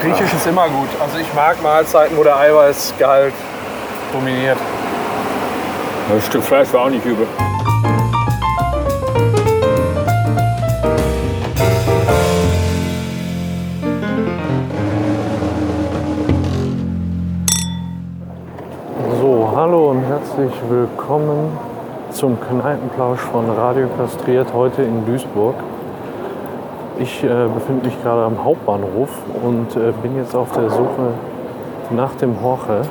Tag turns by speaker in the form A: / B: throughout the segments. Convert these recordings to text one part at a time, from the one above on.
A: Griechisch ist immer gut. Also ich mag Mahlzeiten, wo der Eiweißgehalt dominiert.
B: Ein Stück Fleisch war auch nicht übel.
C: So, hallo und herzlich willkommen zum Kneipenplausch von Radio Kastriert heute in Duisburg. Ich äh, befinde mich gerade am Hauptbahnhof und äh, bin jetzt auf der Suche nach dem Horche,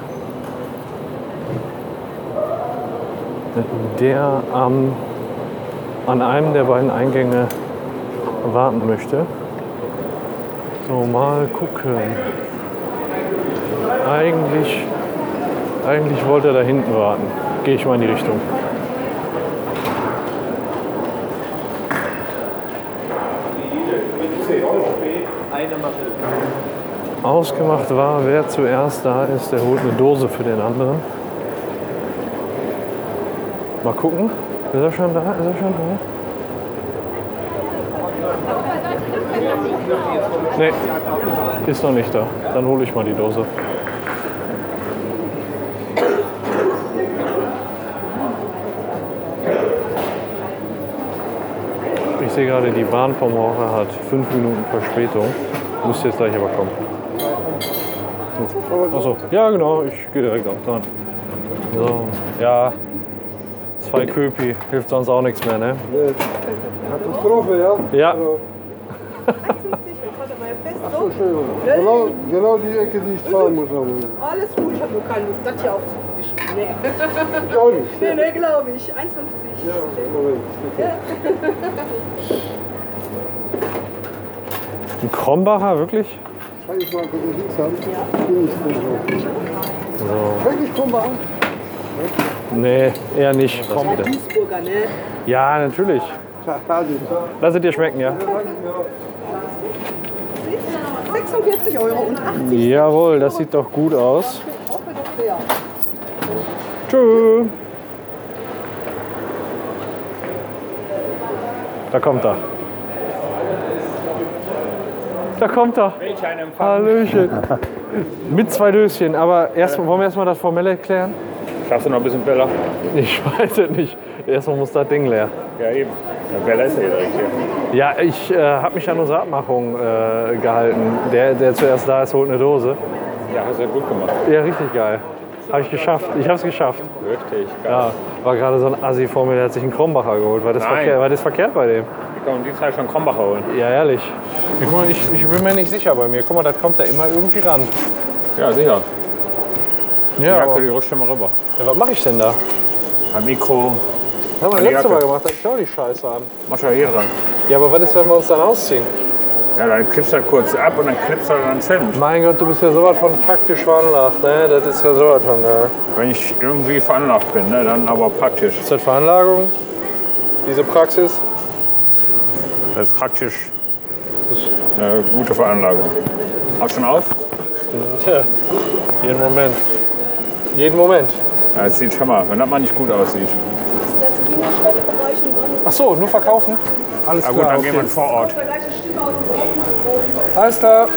C: der am- an einem der beiden Eingänge warten möchte. So, mal gucken. Eigentlich eigentlich wollte er da hinten warten. Gehe ich mal in die Richtung. Ausgemacht war, wer zuerst da ist, der holt eine Dose für den anderen. Mal gucken. Ist er schon da? Ist er schon da? Nee, ist noch nicht da. Dann hole ich mal die Dose. Ich sehe gerade, die Bahn vom Horcher hat fünf Minuten Verspätung. Müsste jetzt gleich aber kommen. Achso, ja genau, ich gehe direkt auf dran. So, ja. Zwei Köpi, hilft sonst auch nichts mehr, ne?
D: Katastrophe, ja?
C: Ja,
E: Ich hatte mein Fest. So,
D: Entschuldigung. Genau, genau die Ecke, die ich fahren muss. aber-
E: alles gut, ich habe nur keine Lust, das hier aufzufischen. Nee,
D: Ich auch nicht.
E: nee, nee glaube ich. 1,50.
D: Ja, Moment. Okay.
C: ein Krombacher, wirklich?
D: Kann ich mal bitte links haben? Bin ich nicht so.
C: So.
D: Wirklich Kumban?
C: Nee, eher nicht. Komm bitte.
E: Duisburger, ne?
C: Ja, natürlich.
D: Ja, die.
C: Lass es dir schmecken, ja?
E: 46 Euro und 80
C: Jawohl, das sieht doch gut aus.
E: auch für das Meer.
C: Tschö. Da kommt er. Da kommt er. Hallöchen. Mit zwei Döschen, aber erst, wollen wir erstmal das Formelle klären?
B: Schaffst du noch ein bisschen Bella?
C: Ich weiß es nicht. Erstmal muss das Ding leer.
B: Ja, eben. Ja, Bella ist ja hier direkt hier.
C: Ja, ich äh, habe mich an unsere Abmachung äh, gehalten. Der, der zuerst da ist, holt eine Dose.
B: Ja, hast du gut gemacht.
C: Ja, richtig geil. Habe ich geschafft. Ich habe es geschafft.
B: Richtig. Geil.
C: Ja, war gerade so ein Assi vor mir, der hat sich einen Krombacher geholt. War das,
B: Nein.
C: verkehrt, war das verkehrt bei dem?
B: Ich kann um die Zeit schon Krombacher holen.
C: Ja, ehrlich. Ich, mein, ich, ich bin mir nicht sicher bei mir. Guck mal, das kommt da immer irgendwie ran.
B: Ja, sicher.
C: Ja,
B: Jacke,
C: aber,
B: die rutscht schon mal rüber.
C: ja was mache ich denn da?
B: Am Mikro.
C: Das haben wir
B: die
C: letztes
B: Jacke.
C: Mal gemacht, da hab ich auch die Scheiße an.
B: Mach schon hier ran.
C: Ja, aber was ist, wenn wir uns dann ausziehen?
B: eh Ja, dann klippst du das kurz ab und dann klippst du halt das ans Hemd.
C: Mein Gott, du bist ja sowas von praktisch veranlagt, ne? Das ist ja sowas von, ne?
B: Wenn ich irgendwie veranlagt bin, ne, dann aber praktisch.
C: Ist das Veranlagung? Diese Praxis?
B: Das ist praktisch eine gute Veranlagung. Hast du schon auf?
C: Tja, jeden Moment. Jeden Moment.
B: Ja, das sieht schon mal, wenn das mal nicht gut aussieht.
E: Das Wienerstoff bereichen wollen.
C: Ach so, nur verkaufen? Alles
B: Na gut,
C: klar.
B: dann gehen wir in den Vorort.
E: Gleich eine Stimme aus dem Ofen.
C: Alles klar.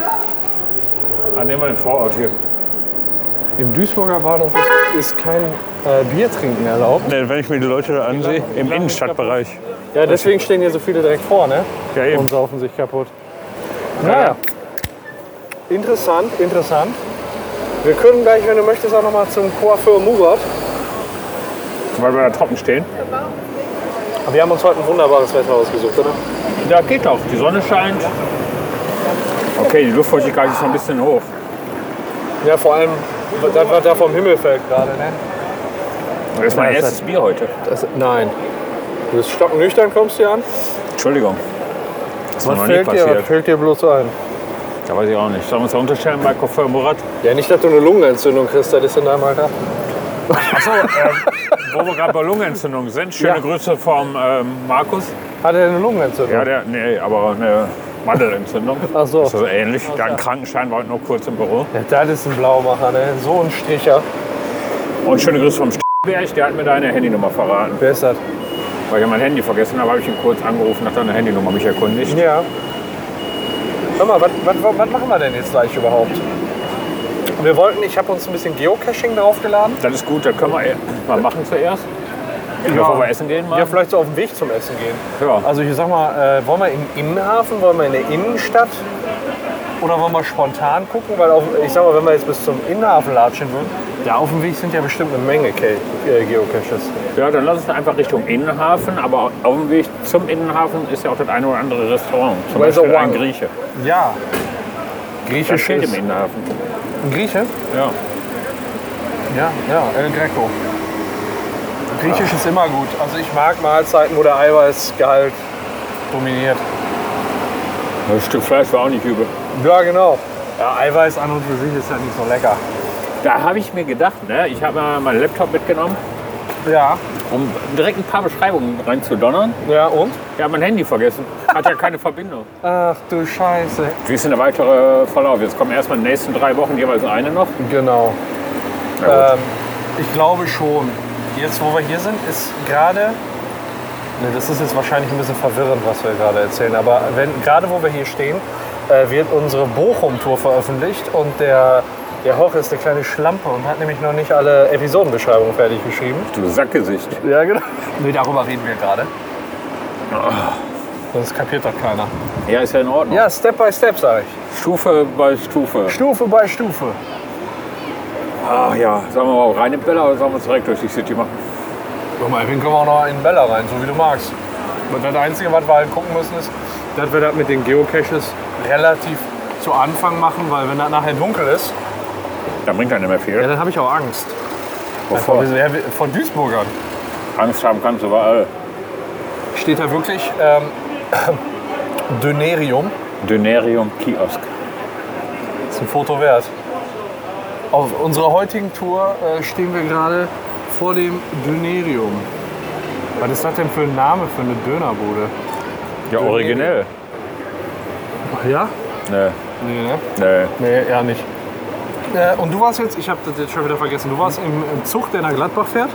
B: Dann nehmen wir den Vorort hier.
C: Im Duisburger Bahnhof ist, ist kein äh, Bier trinken erlaubt.
B: Ne, wenn ich mir die Leute da ansehe, im Innenstadtbereich.
C: Ja, deswegen stehen hier so viele direkt vor, ne?
B: Ja, eben.
C: Und saufen sich kaputt. Naja.
B: ja.
C: Interessant, interessant. Wir können gleich, wenn du möchtest, auch nochmal zum Coiffeur Murat.
B: Weil wir da trocken stehen.
C: Wir haben uns heute ein wunderbares Wetter ausgesucht, oder?
B: Ja, geht doch. Die Sonne scheint. Okay, die Luftfeuchtigkeit ist noch ein bisschen hoch.
C: Ja, vor allem, das, was da vom Himmel fällt gerade, ne?
B: Das ist mein erstes Bier heute.
C: Das, nein. Du bist stocknüchtern, kommst hier an?
B: Entschuldigung. Das ist mir
C: Was
B: noch nie
C: fällt, dir, was
B: passiert.
C: fällt dir bloß ein?
B: Da weiß ich auch nicht. Sollen wir uns da unterstellen bei Koffer Murat?
C: Ja, nicht, dass du eine Lungenentzündung kriegst, das ist in deinem Alter.
B: Achso, ähm, wo wir gerade bei Lungenentzündung sind. Schöne
C: Ja.
B: Grüße vom ähm, Markus.
C: Hat er eine Lungenentzündung?
B: Ja, der, nee, aber eine Mandelentzündung.
C: Ach so.
B: Ist das ähnlich? Der hat einen Krankenschein, war heute nur kurz im Büro.
C: Ja, das ist ein Blaumacher, ne? So ein Stricher.
B: Und schöne Grüße vom Sternberg, der hat mir deine Handynummer verraten.
C: Wer ist das?
B: Weil ich hab mein Handy vergessen habe, habe ich ihn kurz angerufen, nach deiner Handynummer mich erkundigt.
C: Ja.
A: Hör mal, was, was, was machen wir denn jetzt gleich überhaupt? Wir wollten, ich habe uns ein bisschen Geocaching draufgeladen.
B: Das ist gut, das können wir eh mal machen zuerst. Bevor wir essen gehen, mal.
A: Ja, vielleicht so auf dem Weg zum Essen gehen.
B: Ja.
A: Also ich sag mal, äh, wollen wir im Innenhafen, wollen wir in der Innenstadt oder wollen wir spontan gucken? Weil auf, ich sag mal, wenn wir jetzt bis zum Innenhafen latschen würden, da auf dem Weg sind ja bestimmt eine Menge Ke äh, Geocaches.
B: ja, dann lass uns einfach Richtung Innenhafen. Aber auf dem Weg zum Innenhafen ist ja auch das eine oder andere Restaurant. Zum
A: Where's the
B: Beispiel ein
A: one?
B: Grieche.
A: Ja.
B: Das
A: Griechisch
B: steht
A: ist
B: im Innenhafen.
A: ein Grieche?
B: Ja.
A: Ja, ja, El Greco. Griechisch ist immer gut. Also ich mag Mahlzeiten, wo der Eiweißgehalt dominiert.
B: Das Stück Fleisch war auch nicht übel.
A: Ja, genau. Ja, Eiweiß an und für sich ist ja nicht so lecker.
B: Da habe ich mir gedacht, ne, ich habe mal meinen Laptop mitgenommen,
A: Ja,
B: um direkt ein paar Beschreibungen reinzudonnern.
A: ja und?
B: Ich habe mein Handy vergessen. Hat ja keine Verbindung.
A: Ach du Scheiße.
B: Wie ist denn der weitere äh, Verlauf? Jetzt kommen erstmal in den nächsten drei Wochen jeweils eine noch.
A: Genau.
B: Na
A: Ähm, ich glaube schon. Jetzt, wo wir hier sind, ist gerade. Ne, das ist jetzt wahrscheinlich ein bisschen verwirrend, was wir gerade erzählen. Aber wenn, gerade wo wir hier stehen, äh, wird unsere Bochum-Tour veröffentlicht. Und der, der Hoch ist eine kleine Schlampe und hat nämlich noch nicht alle Episodenbeschreibungen fertig geschrieben.
B: gut. Du Sackgesicht.
A: Ja, genau. Nee, darüber reden wir gerade. Sonst kapiert das keiner.
B: Ja, ist ja in Ordnung.
A: Ja, Step by Step, sag ich.
B: Stufe bei Stufe.
A: Stufe bei Stufe.
B: Ach ja, sagen wir mal rein in Bella oder sollen wir es direkt durch die City machen?
A: Guck mal, können wir auch noch in Bella rein, so wie du magst. Und das Einzige, was wir halt gucken müssen, ist, dass wir das mit den Geocaches relativ zu Anfang machen, weil wenn das nachher dunkel ist,
B: Da bringt er nicht mehr viel.
A: dann habe ich auch Angst.
B: Wovor?
A: Von, ja, von Duisburgern.
B: Angst haben kannst äh, du überall.
A: Steht da wirklich ähm, Dönerium.
B: Dönerium Kiosk.
A: Das ist ein Foto wert. Auf unserer heutigen Tour äh, stehen wir gerade vor dem Dönerium. Was ist das denn für ein Name für eine Dönerbude?
B: Ja, originell.
A: Ja?
B: Nee,
A: Nee, ne?
B: nee.
A: Nee, eher nicht. Äh, und du warst jetzt, ich habe das jetzt schon wieder vergessen, du warst im, im Zug, der nach Gladbach fährt?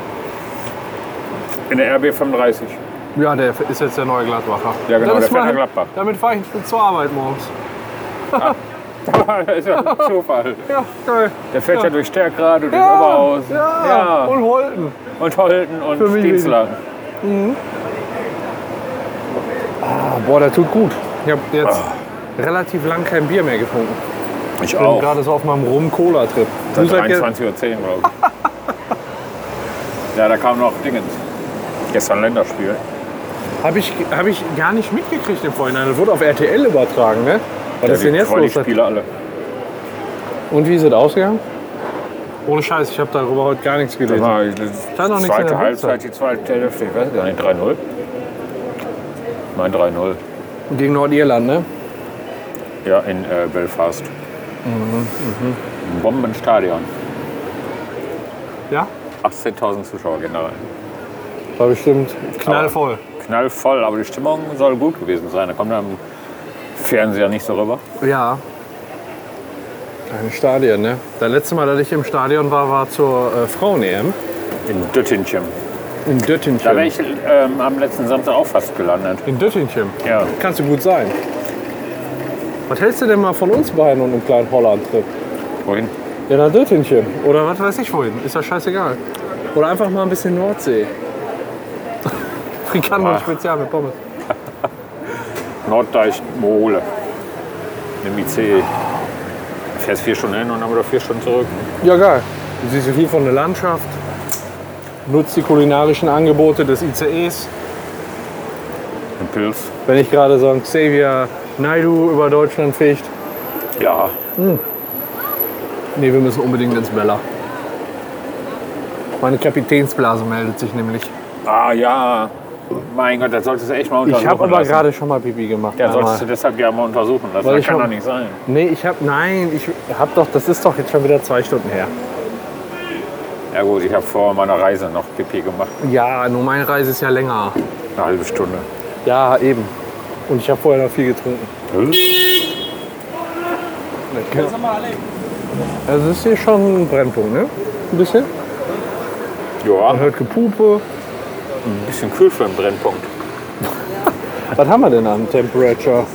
B: In der RB 35.
A: Ja, der ist jetzt der neue Gladbacher.
B: Ja, genau,
A: Das
B: der
A: ist
B: fährt nach
A: mein-
B: Gladbach.
A: Damit fahre ich zur Arbeit morgens.
B: das ist ja ein Zufall.
A: Ja, geil.
B: Der fährt ja, durch Stärkrade, durch
A: Ja,
B: Oberhaus.
A: Ja,
B: Ja.
A: und Holten.
B: Und Holten und
A: Für mich
B: Dienstlagen. Oh,
A: boah, der tut gut. Ich habe jetzt relativ lang kein Bier mehr getrunken.
B: Ich
A: Ich bin gerade so auf meinem Rum-Cola-Trip.
B: Seit
A: Du seid jetzt-
B: 23.10 Uhr, glaube ich. ja, da kam noch Dingens. Gestern Länderspiel.
A: Habe ich, hab ich gar nicht mitgekriegt im Vorhinein. Das wurde auf RTL übertragen, ne? Was ist
B: Ja,
A: denn
B: die
A: jetzt
B: zwei, die
A: los?
B: Spiele alle.
A: Und wie ist es ausgegangen? Ohne Scheiß, ich habe darüber heute gar nichts
B: Das
A: gelesen.
B: war die
A: stand noch nichts in der
B: zweite
A: Halbzeit.
B: Halbzeit, die zweite Hälfte. Ich weiß gar nicht, 3-0? Nein, 3-0.
A: Gegen Nordirland, ne?
B: Ja, in äh, Belfast. Mhm, Ein Bombenstadion.
A: Ja?
B: 18.000 Zuschauer generell.
A: War bestimmt knallvoll.
B: Knallvoll, aber die Stimmung soll gut gewesen sein. Da kommt dann im Fernseher nicht so rüber.
A: Ja. Ein Stadion, ne? Das letzte Mal, dass ich im Stadion war, war zur äh, Frauen-EM
B: In Düttinchen.
A: in
B: Da wäre
A: Döttingchen.
B: ich ähm, am letzten Samstag auch fast gelandet.
A: In Döttingchen.
B: Ja.
A: Kannst du gut sein. Was hältst du denn mal von uns beiden und einem kleinen Holland-Trip?
B: Wohin?
A: Ja, nach Döttingchen. Oder was weiß ich wohin. Ist doch scheißegal. Oder einfach mal ein bisschen Nordsee. Frikando
B: Boah.
A: Spezial mit Pommes.
B: Norddeich, Mohole. Im IC. Fährst vier Stunden hin und dann wieder vier Stunden zurück.
A: Ja, geil. Du siehst so viel von der Landschaft, nutzt die kulinarischen Angebote des ICEs.
B: Ein Pilz.
A: Wenn ich gerade so einen Xavier Naidu über Deutschland fegt.
B: Ja.
A: Nee, wir müssen unbedingt ins Bella. Meine Kapitänsblase meldet sich nämlich.
B: Ah ja. Mein Gott, das solltest du echt mal untersuchen
A: Ich habe aber
B: lassen.
A: gerade schon mal Pipi gemacht.
B: Ja,
A: Einmal.
B: solltest du deshalb gerne mal untersuchen lassen.
A: Weil
B: Das
A: ich
B: kann
A: hab-
B: doch nicht sein.
A: Nee, ich habe, nein, ich habe doch, das ist doch jetzt schon wieder zwei Stunden her.
B: Ja gut, ich habe vor meiner Reise noch Pipi gemacht.
A: Ja, nur meine Reise ist ja länger.
B: Eine halbe Stunde.
A: Ja, eben. Und ich habe vorher noch viel getrunken.
B: Hm?
A: Also es ist hier schon ein Brennpunkt, ne? Ein bisschen. Man
B: Ja,
A: hört Gepupe.
B: ein bisschen kühl für einen Brennpunkt.
A: Was haben wir denn an Temperature?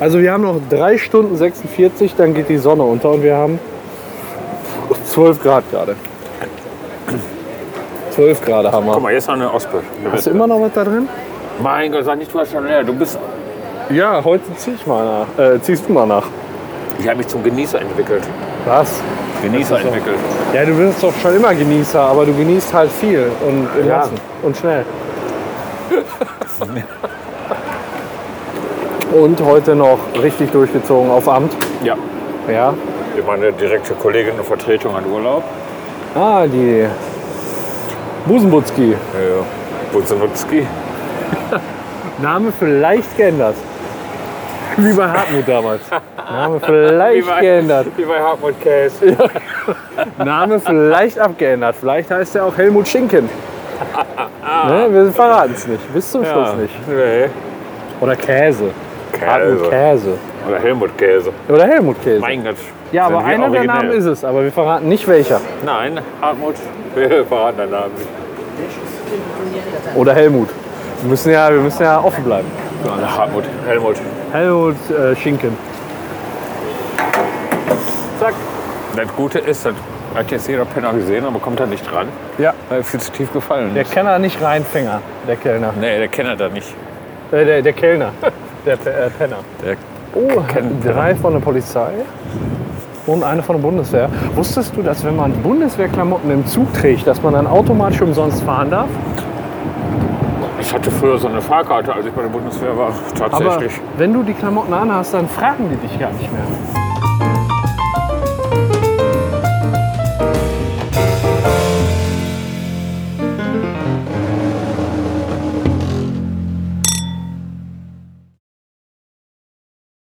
A: Also wir haben noch 3 Stunden 46, dann geht die Sonne unter und wir haben 12 Grad gerade. 12 Grad haben
B: Guck
A: wir.
B: mal, jetzt noch eine Ospe.
A: Hast du immer noch was da drin?
B: Mein Gott, sag nicht, du hast schon leer. Du bist.
A: Ja, heute zieh ich mal nach. Äh, ziehst du mal nach.
B: Ich habe mich zum Genießer entwickelt.
A: Was?
B: Genießer entwickelt.
A: Ja, du bist doch schon immer Genießer, aber du genießt halt viel und im
B: Ja.
A: Massen und schnell. und heute noch richtig durchgezogen auf Amt.
B: Ja.
A: Ja.
B: Meine direkte Kollegin und Vertretung hat Urlaub.
A: Ah, die Busenbutzki.
B: Ja. Buzenutski.
A: Name vielleicht geändert. Wie bei Hartmut damals. Name vielleicht geändert.
B: Wie bei Hartmut Käse.
A: Name vielleicht abgeändert. Vielleicht heißt er auch Helmut Schinken. ne? Wir verraten es nicht. Bis zum Schluss nicht.
B: Nee.
A: Oder Käse. Hartmut
B: Käse.
A: Käse.
B: Oder Helmut Käse.
A: Oder Helmut Käse.
B: Mein Gott.
A: ja, aber
B: sind wir
A: einer der
B: originell.
A: Namen ist es, aber wir verraten nicht welcher.
B: Nein, Hartmut. Wir verraten deinen Namen nicht.
A: Oder Helmut. Wir müssen ja, wir müssen ja offen bleiben.
B: Nein, Hartmut. Helmut.
A: Helmut äh, Schinken.
B: Zack. Das Gute ist, das hat jetzt jeder Penner gesehen, aber kommt da nicht dran,
A: Ja.
B: weil er viel zu tief gefallen
A: Der
B: ist.
A: Kenner nicht Reinfänger, der Kellner.
B: Nee, der kennt er da nicht.
A: Äh, der, der Kellner. Der Pe- äh, Penner.
B: Der
A: Oh,
B: kennt
A: drei von der Polizei und eine von der Bundeswehr. Wusstest du, dass wenn man Bundeswehrklamotten im Zug trägt, dass man dann automatisch umsonst fahren darf?
B: Ich hatte früher so eine Fahrkarte, als ich bei der Bundeswehr war.
A: Aber
B: Tatsächlich.
A: wenn du die Klamotten anhast, dann fragen die dich gar nicht mehr.